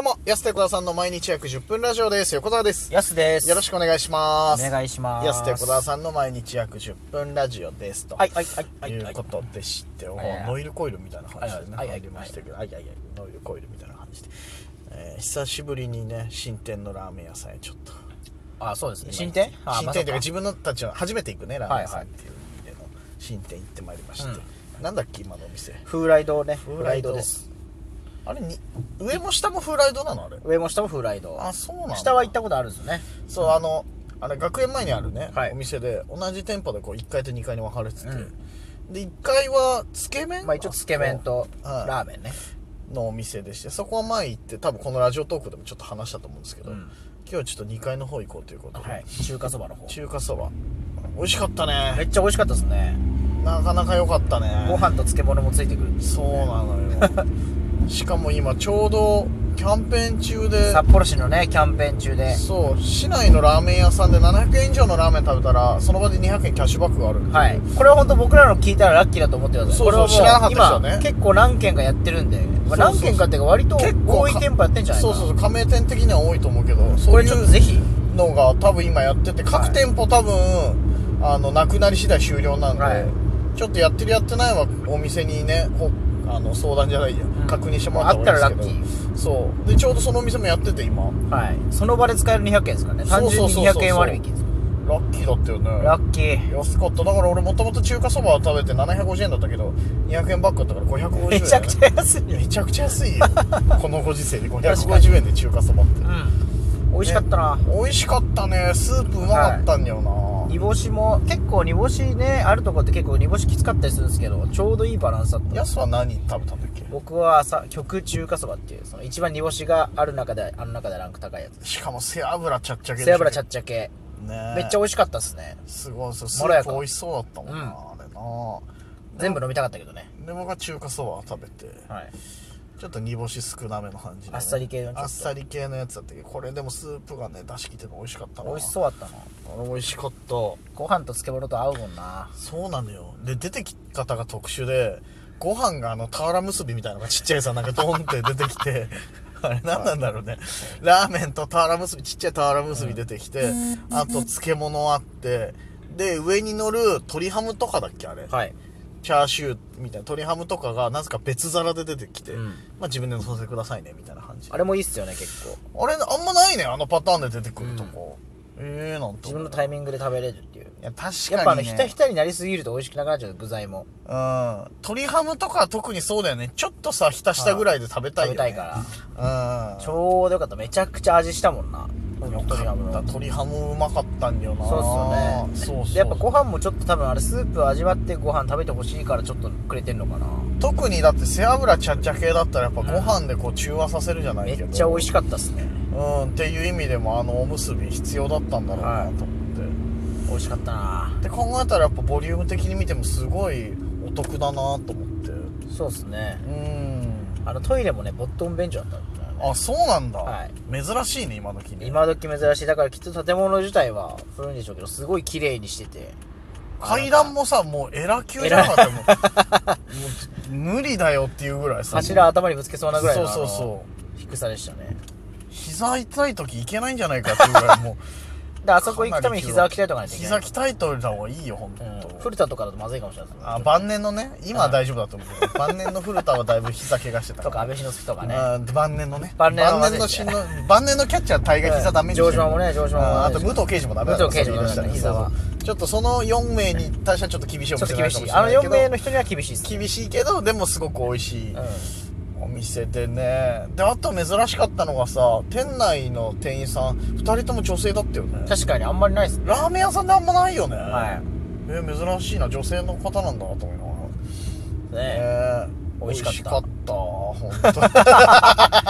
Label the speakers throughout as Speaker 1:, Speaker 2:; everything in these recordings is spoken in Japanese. Speaker 1: うも、安手小田さんの毎日約10分ラジオです。横澤です。
Speaker 2: やすです。
Speaker 1: よろしくお願いします。
Speaker 2: お願いします
Speaker 1: 安手小田さんの毎日約10分ラジオですと。
Speaker 2: はいはいはいはい
Speaker 1: いうことでして、
Speaker 2: いはい
Speaker 1: おノイルコイルみたいな話でね、
Speaker 2: はいはいはい
Speaker 1: 入りましたけど、はいはいはい、ノイルコイルみたいな話で。えー久しぶりにね、新店のラーメン屋さんへちょっと。
Speaker 2: あ、そうですね。新店あ
Speaker 1: 新店というか
Speaker 2: ま
Speaker 1: 自分のたちの初めて行くね、ラーメン屋さん
Speaker 2: はい
Speaker 1: っ
Speaker 2: はい
Speaker 1: ていう意味での新店行ってまいりまして。
Speaker 2: うん
Speaker 1: なんだっけ、今のお店。
Speaker 2: あ風来堂ね。
Speaker 1: 風来堂
Speaker 2: です。
Speaker 1: あれに、上も下も風来堂なのあれ。
Speaker 2: 上も下も風来堂。
Speaker 1: あ、そうなんだ
Speaker 2: 下は行ったことあるんですよね。
Speaker 1: そうあのあれ学園前にあるね、
Speaker 2: はい
Speaker 1: お店で同じ店舗でこう1階と2階に分かれてて、
Speaker 2: うん
Speaker 1: で1階はつけ麺
Speaker 2: まあ一応つけ麺と
Speaker 1: はい
Speaker 2: ラーメンね。
Speaker 1: のお店でしてそこは前行って多分このラジオトークでもちょっと話したと思うんですけど、
Speaker 2: うん
Speaker 1: 今日ちょっと2階の方行こうということで、
Speaker 2: はい。中華そばの方。
Speaker 1: 中華そば美味しかった
Speaker 2: めっ
Speaker 1: ね
Speaker 2: ちゃ美味しかったですね。
Speaker 1: なかなか良かったね
Speaker 2: ご飯と漬物もついてくる。
Speaker 1: そうなの よしかも今ちょうどキャンペーン中で
Speaker 2: 札幌市のね、キャンペーン中で。
Speaker 1: そう市内のラーメン屋さんで700円以上のラーメン食べたらその場で200円キャッシュバックがあるんで
Speaker 2: はい。これは本当僕らの聞いたらラッキーだと思ってください。
Speaker 1: そうそう
Speaker 2: これはも
Speaker 1: 知らなかったですよね
Speaker 2: 今、結構何件かやってるんで。まあ
Speaker 1: そうそうそう
Speaker 2: 何件かっていうか割と
Speaker 1: 結構
Speaker 2: 多い店舗やってんじゃない
Speaker 1: そ
Speaker 2: か
Speaker 1: う
Speaker 2: な
Speaker 1: そうそう加盟店的には多いと思うけど
Speaker 2: こ
Speaker 1: そう
Speaker 2: れ
Speaker 1: い
Speaker 2: ちょっとぜ
Speaker 1: う
Speaker 2: ひ。
Speaker 1: のが多分今やってて
Speaker 2: は
Speaker 1: 各
Speaker 2: い
Speaker 1: 店舗多分、あのなくなり次第終了なんで、
Speaker 2: はい
Speaker 1: ちょっとやってるやってないはお店にねほあの相談じゃないや、
Speaker 2: ん
Speaker 1: 確認してもらった
Speaker 2: あ
Speaker 1: ら
Speaker 2: っ
Speaker 1: いいんで
Speaker 2: たらラ
Speaker 1: すけ
Speaker 2: ッキ
Speaker 1: どそうでちょうどそのお店もやってて今
Speaker 2: はい。その場で使える200円ですからね。単純に
Speaker 1: そうそうそうそう
Speaker 2: 200円割引です。
Speaker 1: ラッキーだったよ
Speaker 2: ラ
Speaker 1: ね
Speaker 2: ッキー。
Speaker 1: 安かっただから俺もともと中華そばを食べて750円だったけど200円バックだったから550円
Speaker 2: めちゃくちゃ安い。
Speaker 1: いやめちゃくちゃ安い よこのご時世で550円で中華そばって
Speaker 2: うん。美味しかったな。
Speaker 1: 美味しかったねスープうまかったんだよな、
Speaker 2: 煮干しも、結構煮干しね、あるとこって結構煮干しきつかったりするんですけど、ちょうどいいバランスだった。
Speaker 1: やすは何食べたんだっけ
Speaker 2: 僕は朝、極中華そばっていう、その一番煮干しがある中で、あの中でランク高いやつ。
Speaker 1: しかも背脂ちゃっちゃけでしょ
Speaker 2: 背脂ちゃっちゃ系。
Speaker 1: ね
Speaker 2: めっちゃ美味しかったっすね。
Speaker 1: すごいそうス
Speaker 2: まろや
Speaker 1: ー
Speaker 2: か
Speaker 1: プ美味しそうだったもんな、あれな
Speaker 2: 全部飲みたかったけどね。
Speaker 1: で僕は中華そばを食べて
Speaker 2: はい。
Speaker 1: ちょっと煮干し少なめの感じでね、
Speaker 2: あっさり系のちょっと
Speaker 1: あっさり系のやつだったけどこれでもスープがね出し切っても美味しかったな
Speaker 2: 美味しそうだったな。
Speaker 1: あれ美味しかった
Speaker 2: ご飯と漬物と合うもんな。
Speaker 1: そうなのよで出てき方が特殊でご飯があの俵結びみたいなのがちっちゃいさなんかドンって出てきて あれ何なんだろうねラーメンと俵結びちっちゃい俵結び出てきて、あと漬物あってで上に乗る鶏ハムとかだっけあれ、
Speaker 2: はい。
Speaker 1: チャーシューみたいな鶏ハムとかがなぜか別皿で出てきて、
Speaker 2: うん
Speaker 1: まあ自分で乗せてくださいねみたいな感じ
Speaker 2: あれもいいっすよね、結構。
Speaker 1: あれあんまないねあのパターンで出てくるとこ、ええなんと
Speaker 2: 自分のタイミングで食べれるっていう。
Speaker 1: いや確かに、ね、
Speaker 2: やっぱあの、ひたひたになりすぎると美味しくなくなっちゃう、具材も。
Speaker 1: うん鶏ハムとかは特にそうだよねちょっとさ浸したぐらいで食べたい
Speaker 2: 食
Speaker 1: よ、
Speaker 2: べ
Speaker 1: ね、
Speaker 2: たいから。
Speaker 1: らうん
Speaker 2: ちょうどよかった。めちゃくちゃ味したもんな。鶏ハムの。
Speaker 1: 鶏ハムうまかったんだよな
Speaker 2: そうっす
Speaker 1: そう
Speaker 2: よね。
Speaker 1: そう
Speaker 2: でやっぱご飯もちょっと多分あれスープ味わってご飯食べてほしいからちょっとくれてんのかな。
Speaker 1: 特にだって背脂ちゃっちゃ系だったらやっぱご飯でこう中和させるじゃな
Speaker 2: め
Speaker 1: いけど
Speaker 2: っちゃ美味しかったっすね。
Speaker 1: うんっていう意味でもあのおむすび必要だったんだろうなと思って、
Speaker 2: 美味しかったな。
Speaker 1: で考えたらやっぱボリューム的に見てもすごいお得だなと思って
Speaker 2: そうっすね。
Speaker 1: うん
Speaker 2: あのトイレもね、ボットンベンチだったんだよね。
Speaker 1: あそうなんだ、
Speaker 2: は
Speaker 1: 珍しいね今時ね
Speaker 2: 今時珍しい。だからきっと建物自体は古いんでしょうけど、すごい綺麗にしてて。
Speaker 1: 階段もさもうエラ級じゃなかったもうもう無理だよっていうぐらいさ
Speaker 2: 柱頭にぶつけそうなぐらいの
Speaker 1: そうそう
Speaker 2: あの
Speaker 1: そ
Speaker 2: 低さでしたね。
Speaker 1: う膝痛い時いけないんじゃないかっていうぐらいも
Speaker 2: で、あ そこ行くために膝を鍛えとかな
Speaker 1: う
Speaker 2: いといけ
Speaker 1: 膝
Speaker 2: ない。
Speaker 1: 鍛えといた方がいいよ本当、
Speaker 2: うん、古田とかだとまずいかもしれないですね
Speaker 1: あ晩年のね今は大丈夫だと思うけど晩年の古田はだいぶ膝怪我してた
Speaker 2: と
Speaker 1: か
Speaker 2: か安倍晋之助とからね。
Speaker 1: あー晩年のね
Speaker 2: 晩年はまずい
Speaker 1: のしんど晩年のキャッチャー大概膝ダメにしてる
Speaker 2: 上島もね上島も
Speaker 1: あーあ
Speaker 2: ダ
Speaker 1: と
Speaker 2: メで
Speaker 1: 武
Speaker 2: した
Speaker 1: 藤敬司もダメだった
Speaker 2: 武藤敬司もダメだっ
Speaker 1: そ
Speaker 2: た
Speaker 1: う言い出したら
Speaker 2: 膝
Speaker 1: そうちょっとその4名に対してはちょっと厳しいお
Speaker 2: ちょっ
Speaker 1: 店
Speaker 2: と
Speaker 1: になるかも
Speaker 2: 厳し
Speaker 1: し
Speaker 2: い。
Speaker 1: れ
Speaker 2: あの
Speaker 1: ないけ
Speaker 2: 4
Speaker 1: ど
Speaker 2: 名の人には厳しいですね。
Speaker 1: 厳しいけどでもすごく美味しい、
Speaker 2: う
Speaker 1: お店でねであと珍しかったのがさ店内の店員さん2人とも女性だったよね
Speaker 2: ん。確かにあんまりないですね。
Speaker 1: ラーメン屋さんであんまないよね、
Speaker 2: は
Speaker 1: えー珍しいな女性の方なんだなと思いながら
Speaker 2: い。ね
Speaker 1: えー、
Speaker 2: 美味しかった
Speaker 1: 美味しか った本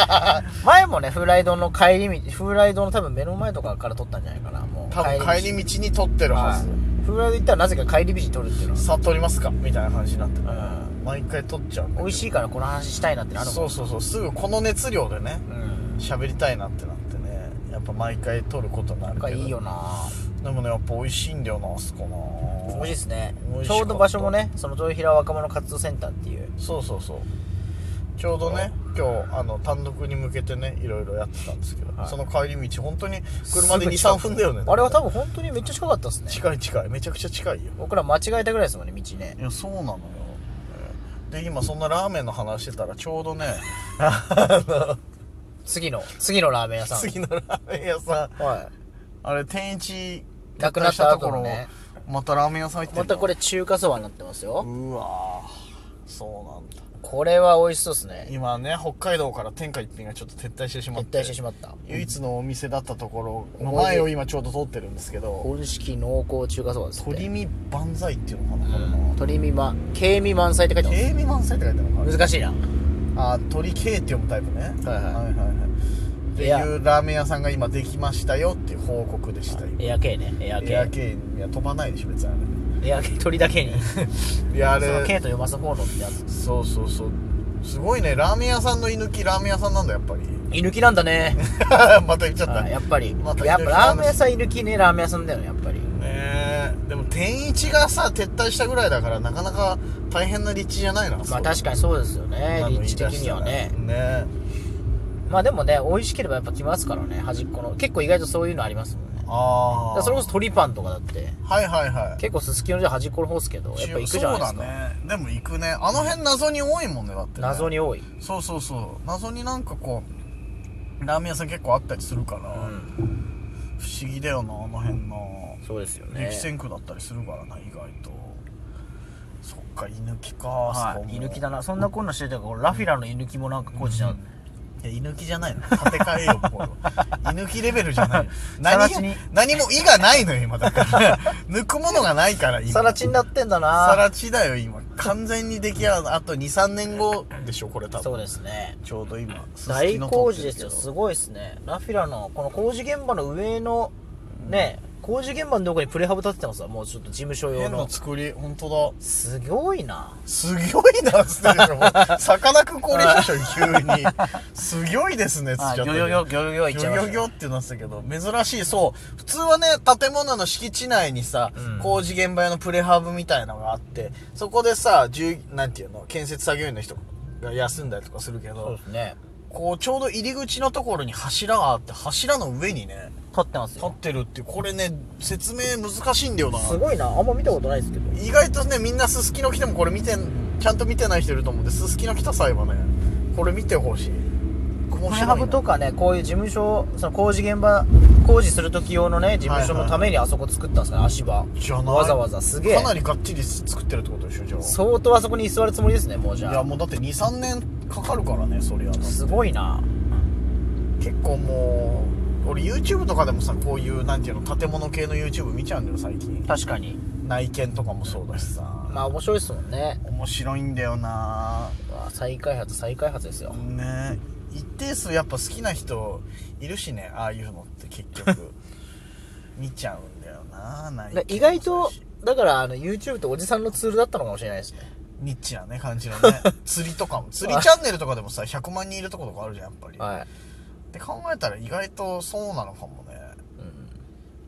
Speaker 2: 前もね、風来堂の帰り道、風来堂の多分目の前とかから撮ったんじゃないかな。もう。
Speaker 1: 当多分帰り道に撮ってるは
Speaker 2: はい
Speaker 1: ず、
Speaker 2: 風来堂行ったらなぜか帰り道に撮るっていうの
Speaker 1: さあ撮りますかみたいな話になってね
Speaker 2: は。
Speaker 1: 毎回撮っちゃうんだけ
Speaker 2: 美
Speaker 1: ど
Speaker 2: 味しいからこの話したいなってなるもん。
Speaker 1: そうそうそうすぐこの熱量でね
Speaker 2: うん。
Speaker 1: 喋りたいなってなってねやっぱ毎回撮ることにな
Speaker 2: なん
Speaker 1: る
Speaker 2: か
Speaker 1: けど
Speaker 2: いいよな
Speaker 1: でもねやっぱ美味しいんだよなあそこな
Speaker 2: 美味しいですね
Speaker 1: 美。味し
Speaker 2: ち
Speaker 1: かった
Speaker 2: ょうど場所もね、その豊平若者活動センターっていう。
Speaker 1: そうそうそうちょうどね今日あの単独に向けてねいろいろやってたんですけど、
Speaker 2: はい
Speaker 1: その帰り道本当に車です
Speaker 2: ぐ近
Speaker 1: 23
Speaker 2: く
Speaker 1: 分だよね
Speaker 2: あれは多分本当にめっちゃ近かったですね
Speaker 1: 近い近いめちゃくちゃ近いよ
Speaker 2: 僕ら間違えたぐらいですもんね道ね
Speaker 1: いやそうなのよえーで今そんなラーメンの話してたらちょうどねあの
Speaker 2: 次の次のラーメン屋さん
Speaker 1: 次のラーメン屋さん
Speaker 2: は
Speaker 1: あれ天一
Speaker 2: なくなった後
Speaker 1: 撤退
Speaker 2: のね
Speaker 1: したところまたラーメン屋さん行っ
Speaker 2: い
Speaker 1: て
Speaker 2: またこ
Speaker 1: れ
Speaker 2: れ中華そばになってますよ、
Speaker 1: うわーそうなんだ
Speaker 2: これは美味しそうですね
Speaker 1: 今ね北海道から天下一品がちょっと撤退してしまっ
Speaker 2: 撤
Speaker 1: て
Speaker 2: 退してしまった
Speaker 1: 唯一のお店だったところの前を今ちょうど通ってるんですけど
Speaker 2: 本式濃厚中華そばですって
Speaker 1: 鳥見万歳っていうのかなこれ
Speaker 2: うん
Speaker 1: な
Speaker 2: 鶏見ま軽味満載って書いて
Speaker 1: 警備万歳って書いてあるのか
Speaker 2: ま
Speaker 1: な
Speaker 2: す難しいな
Speaker 1: あー鳥系って読むタイプね
Speaker 2: はいはい
Speaker 1: はいはいって
Speaker 2: いや
Speaker 1: いうラーメン屋さんが今できましたよっていう報告でした今
Speaker 2: エア系ねエア系
Speaker 1: エア系には飛ばないでしょ別にあ
Speaker 2: エア系鳥だけに
Speaker 1: れい やあ
Speaker 2: その
Speaker 1: れ
Speaker 2: 系と読ます方のってやつ
Speaker 1: そうそうそうすごいねラーメン屋さんの居抜きラーメン屋さんなんだやっぱり
Speaker 2: 居抜きなん だね
Speaker 1: また言っちゃった
Speaker 2: あ
Speaker 1: ね
Speaker 2: やっぱり、
Speaker 1: また
Speaker 2: やっ
Speaker 1: 居抜
Speaker 2: ぱ
Speaker 1: きの話
Speaker 2: ラーメン屋さん居抜きねラーメン屋さんだよねやっぱり
Speaker 1: えでも天一がさ撤退したぐらいだからなかなか大変な立地じゃないな
Speaker 2: まあ確
Speaker 1: か
Speaker 2: かにそうですよね立地的にはね
Speaker 1: ね
Speaker 2: まあでもね美味しければやっぱ来ますからね端っこの結構意外とそういうのありますもんねだ
Speaker 1: あ
Speaker 2: か
Speaker 1: あ
Speaker 2: らそれこそ鶏パンとかだって
Speaker 1: はいはいはい
Speaker 2: 結構すすきのじゃ端っこの方ですけどやっぱ行くじゃないです
Speaker 1: そう
Speaker 2: か、
Speaker 1: だねでも行くねあの辺謎に多いもんねだって、ね、
Speaker 2: 謎に多い、
Speaker 1: そうそうそう謎になんかこうラーメン屋さん結構あったりするから、
Speaker 2: うん、
Speaker 1: 不思議だよなあの辺の
Speaker 2: そうですよね
Speaker 1: 激戦区だったりするからな意外とそっか居抜きか、
Speaker 2: は
Speaker 1: そこも
Speaker 2: い居抜きだなそんなこんなしてたからラフィラの居抜きもなんかこうじゃん、
Speaker 1: いや居抜きじゃないの建て替えよう もう居抜きレベルじゃない
Speaker 2: 更
Speaker 1: 何
Speaker 2: 地に
Speaker 1: 何も「い」がないのよ今だから 抜くものがないから今
Speaker 2: さらちになってんだな
Speaker 1: さら地だよ今完全に出来上がるあと23年後でしょこれ多分
Speaker 2: そうですね
Speaker 1: ちょうど今
Speaker 2: 大工事ですよす
Speaker 1: ごい
Speaker 2: ごいですねラフィラのこの工事現場の上のね工事現場のどこにプレハブ建ててますわもうちょっと事務所用
Speaker 1: 変な
Speaker 2: の
Speaker 1: 作り本当だ
Speaker 2: すごいな
Speaker 1: すごいなっつってるでしょさかなクンこれでしょ急にすごいですねっつっちゃってる
Speaker 2: ギョギョ
Speaker 1: ギョギョギョってなってたけど珍しいそう普通はね建物の敷地内にさ、
Speaker 2: うん
Speaker 1: 工事現場用のプレハブみたいのがあってそこでさ従なんていうの建設作業員の人が休んだりとかするけ
Speaker 2: そう
Speaker 1: ど
Speaker 2: ですね
Speaker 1: こうちょうど入り口のところに柱があって柱の上にね
Speaker 2: 建ってます
Speaker 1: 立っ
Speaker 2: よ
Speaker 1: てるっていうこれね説明難しいんだよな
Speaker 2: すごいなあんま見たことないですけど
Speaker 1: 意外とねみんなすすきの来てもこれ見てちゃんと見てない人いると思うんですすきの来た際はねこれ見てほしい
Speaker 2: プ
Speaker 1: 面白
Speaker 2: レ
Speaker 1: い
Speaker 2: ハ
Speaker 1: な
Speaker 2: ブとかねこういう事務所その工事現場工事する時用のね事務所のためにあそこ作ったんですから足場
Speaker 1: じゃない
Speaker 2: わざわざすげえ
Speaker 1: かなりがっちり作ってるってことでしょじゃあ
Speaker 2: 相当あそこに居座るつもりですねもうじ
Speaker 1: い
Speaker 2: ゃ
Speaker 1: や
Speaker 2: あ
Speaker 1: もうだって23年かかるからねそりゃ
Speaker 2: すごいな
Speaker 1: 結構もう俺 YouTube とかでもさこういうなんていうの建物系の YouTube 見ちゃうんだよ最近
Speaker 2: 確かに
Speaker 1: 内見とかもそうだしさ
Speaker 2: まあ面白いですもんね
Speaker 1: 面白いんだよな
Speaker 2: うわ再開発再開発ですよ
Speaker 1: ね一定数やっぱ好きな人いるしねああいうのって結局 見ちゃうんだよな内見もそう
Speaker 2: だ
Speaker 1: だし
Speaker 2: 意外とだからあの YouTube っておじさんのツールだったのかもしれないですね
Speaker 1: ニッチなね感じのね釣りとかも釣りチャンネルとかでもさ100万人いるとことかあるじゃんやっぱり、
Speaker 2: はい、
Speaker 1: って考えたら意外とそうなのかもね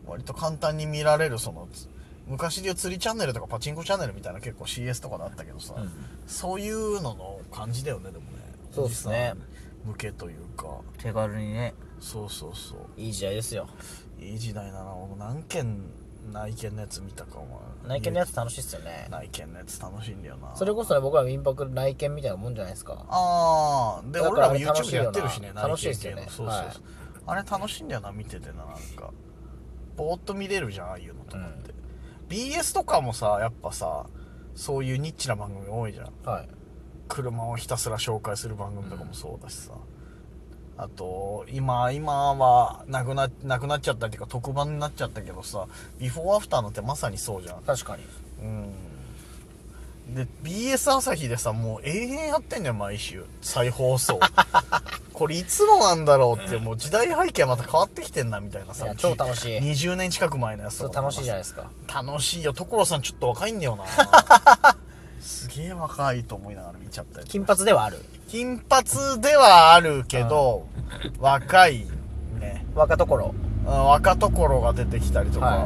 Speaker 2: うん、
Speaker 1: 割と簡単に見られるそのつ昔でいう釣りチャンネルとかパチンコチャンネルみたいな結構 CS とかだったけどさ、
Speaker 2: うん
Speaker 1: そういうのの感じだよねでもね
Speaker 2: そうっすね
Speaker 1: おじさん向けというか
Speaker 2: 手軽にね
Speaker 1: そうそうそう
Speaker 2: いい時代ですよ
Speaker 1: いい時代だな俺何件内見のやつ見たかお前
Speaker 2: 内見のやつ楽しいっすよね
Speaker 1: 内見のやつ楽しいんだよな
Speaker 2: それこそね僕ら民泊内見みたいなもんじゃないですか
Speaker 1: ああで
Speaker 2: だ
Speaker 1: 俺
Speaker 2: から
Speaker 1: ら
Speaker 2: あ
Speaker 1: も
Speaker 2: れ
Speaker 1: YouTube でやってるしね
Speaker 2: 楽しいよな楽しいっす
Speaker 1: 内見
Speaker 2: よ
Speaker 1: 系
Speaker 2: ね
Speaker 1: のそうそうそう、あれ楽しいんだよな見ててななんかぼーっと見れるじゃんああいうのとかって、BS とかもさやっぱさそういうニッチな番組多いじゃん
Speaker 2: はい
Speaker 1: 車をひたすら紹介する番組とかもそうだしさ、あと今今はなくななくなっちゃったりとか特番になっちゃったけどさビフォーアフターなんてまさにそうじゃん
Speaker 2: 確かに
Speaker 1: で BS 朝日でさもう永遠やってんねん毎週再放 送これいつのなんだろうってもう時代背景また変わってきてんなみたいないさ
Speaker 2: や超楽しい
Speaker 1: 20年近く前のやつ
Speaker 2: そ
Speaker 1: と
Speaker 2: れ
Speaker 1: かも
Speaker 2: 楽しいじゃないですか
Speaker 1: 楽しいよ所さんちょっと若いんだよな すげえ若いと思いながら見ちゃったりとか
Speaker 2: 金髪ではある
Speaker 1: 金髪ではあるけど若いね
Speaker 2: 若所
Speaker 1: うん若所が出てきたりとか、
Speaker 2: はい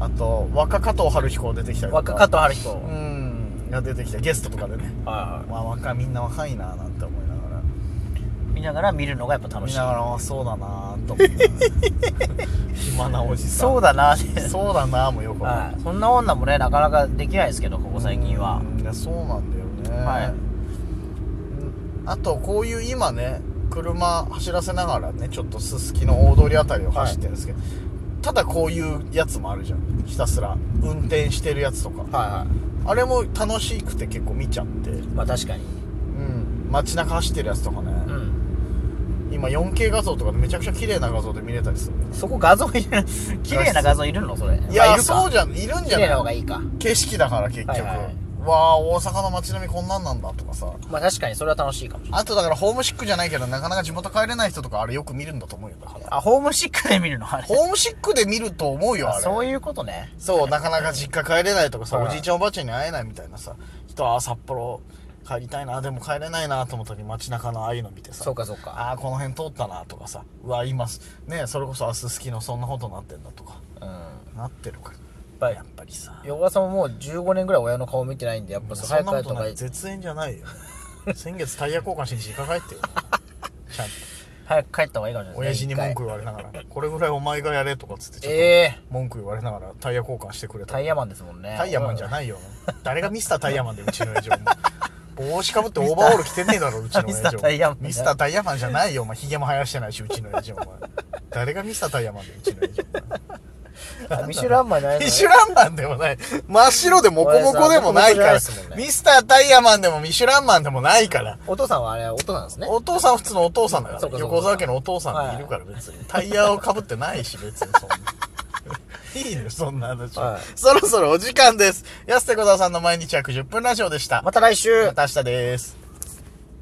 Speaker 1: あと若加藤春彦出てきたりとか
Speaker 2: 若加藤春彦
Speaker 1: うんが出てきたゲストとかでね
Speaker 2: は
Speaker 1: まあ若みんな若いななんて思いながら
Speaker 2: 見ながら見るのがやっぱ楽
Speaker 1: 見
Speaker 2: しい
Speaker 1: ながらあそうだなーと思って 暇なおじさん
Speaker 2: そうだなって
Speaker 1: そうだなーもよくわかんない
Speaker 2: はい、そんな女もねなかなかできないですけどここ最近は、
Speaker 1: うんいやそうなんだよね、
Speaker 2: はい
Speaker 1: うんあとこういう今ね車走らせながらねちょっとすすきの大通りあたりを走ってるんですけど、ただこういうやつもあるじゃんひたすら運転してるやつとか
Speaker 2: はいは
Speaker 1: あれも楽しくて結構見ちゃって、
Speaker 2: いまあ確かに
Speaker 1: うん、街中走ってるやつとかね、
Speaker 2: うん
Speaker 1: 今 4K 画像とかでめちゃくちゃ綺麗な画像で見れたりする
Speaker 2: そこ画像い る綺麗な画像いるのそれ
Speaker 1: いや
Speaker 2: ま
Speaker 1: ー
Speaker 2: あるか
Speaker 1: そうじゃんいるんじ
Speaker 2: 綺
Speaker 1: ゃ
Speaker 2: 麗な方
Speaker 1: な
Speaker 2: が
Speaker 1: い
Speaker 2: いいか
Speaker 1: 景色だから結局、
Speaker 2: はいはいはい
Speaker 1: わあ大阪の街並みこんなんなんだとかさ
Speaker 2: まあ確かにそれは楽しいかもしれない
Speaker 1: あとだからホームシックじゃないけどなかなか地元帰れない人とかあれよく見るんだと思うよだから
Speaker 2: あホームシックで見るのあれ
Speaker 1: ホームシックで見ると思うよあ
Speaker 2: あ
Speaker 1: れ
Speaker 2: そういうことね
Speaker 1: そうなかなか実家帰れないとかさ
Speaker 2: はい
Speaker 1: おじいちゃんおばあちゃんに会えないみたいなさ人はあ札幌帰りたいなでも帰れないなと思った時街中のああいうの見てさ
Speaker 2: そうかそうか
Speaker 1: ああこの辺通ったなとかさうわ今すねそれこそ明日好きのそんなことになってんだとか
Speaker 2: うんや
Speaker 1: なってるから
Speaker 2: っぱり
Speaker 1: やっぱりさ
Speaker 2: 横川さんももう15年ぐらい親の顔見てないんでやっぱそう
Speaker 1: そ
Speaker 2: 早
Speaker 1: ん
Speaker 2: く
Speaker 1: なこ
Speaker 2: 帰った
Speaker 1: と
Speaker 2: 方が
Speaker 1: ないい
Speaker 2: い
Speaker 1: 絶縁じゃないよ先月タイヤ交換しに実家帰 ってよちゃんと
Speaker 2: 早く帰った方がいいかもしれない
Speaker 1: 親
Speaker 2: です
Speaker 1: 父
Speaker 2: ね
Speaker 1: に文句言われながらこれぐらいお前がやれとかっつってちょっと
Speaker 2: ええ
Speaker 1: 文句言われながらタイヤ交換してくれた
Speaker 2: タイヤマンですもんね
Speaker 1: タイヤマンじゃないよ誰がミスタータイヤマンでうちの 親父お前帽子かぶってオーバーオール着てねえだろうちの親
Speaker 2: ミスタータイヤマン
Speaker 1: 父
Speaker 2: ね
Speaker 1: ミスタータイヤマンじゃないよお前ヒゲも生やしてないしうちの親父お 前誰がミスタータイヤマンでうちの親父
Speaker 2: あミシュランマンじ ゃないの
Speaker 1: ミシュランマンでもない真っ白でモコモコでもないから
Speaker 2: モコモコじゃないですもんね
Speaker 1: ミスタータイヤマンでもミシュランマンでもないから
Speaker 2: お父さんはあれお父さんですね
Speaker 1: お父さんは普通のお父さんだか
Speaker 2: そうからそうか
Speaker 1: 横沢家のお父さんがいるから別に、タイヤをかぶってないし別にそん ないいねそんな話は、
Speaker 2: はい
Speaker 1: そろそろお時間です安手小沢さんの毎日約10分ラジオでした
Speaker 2: また来週
Speaker 1: また明日です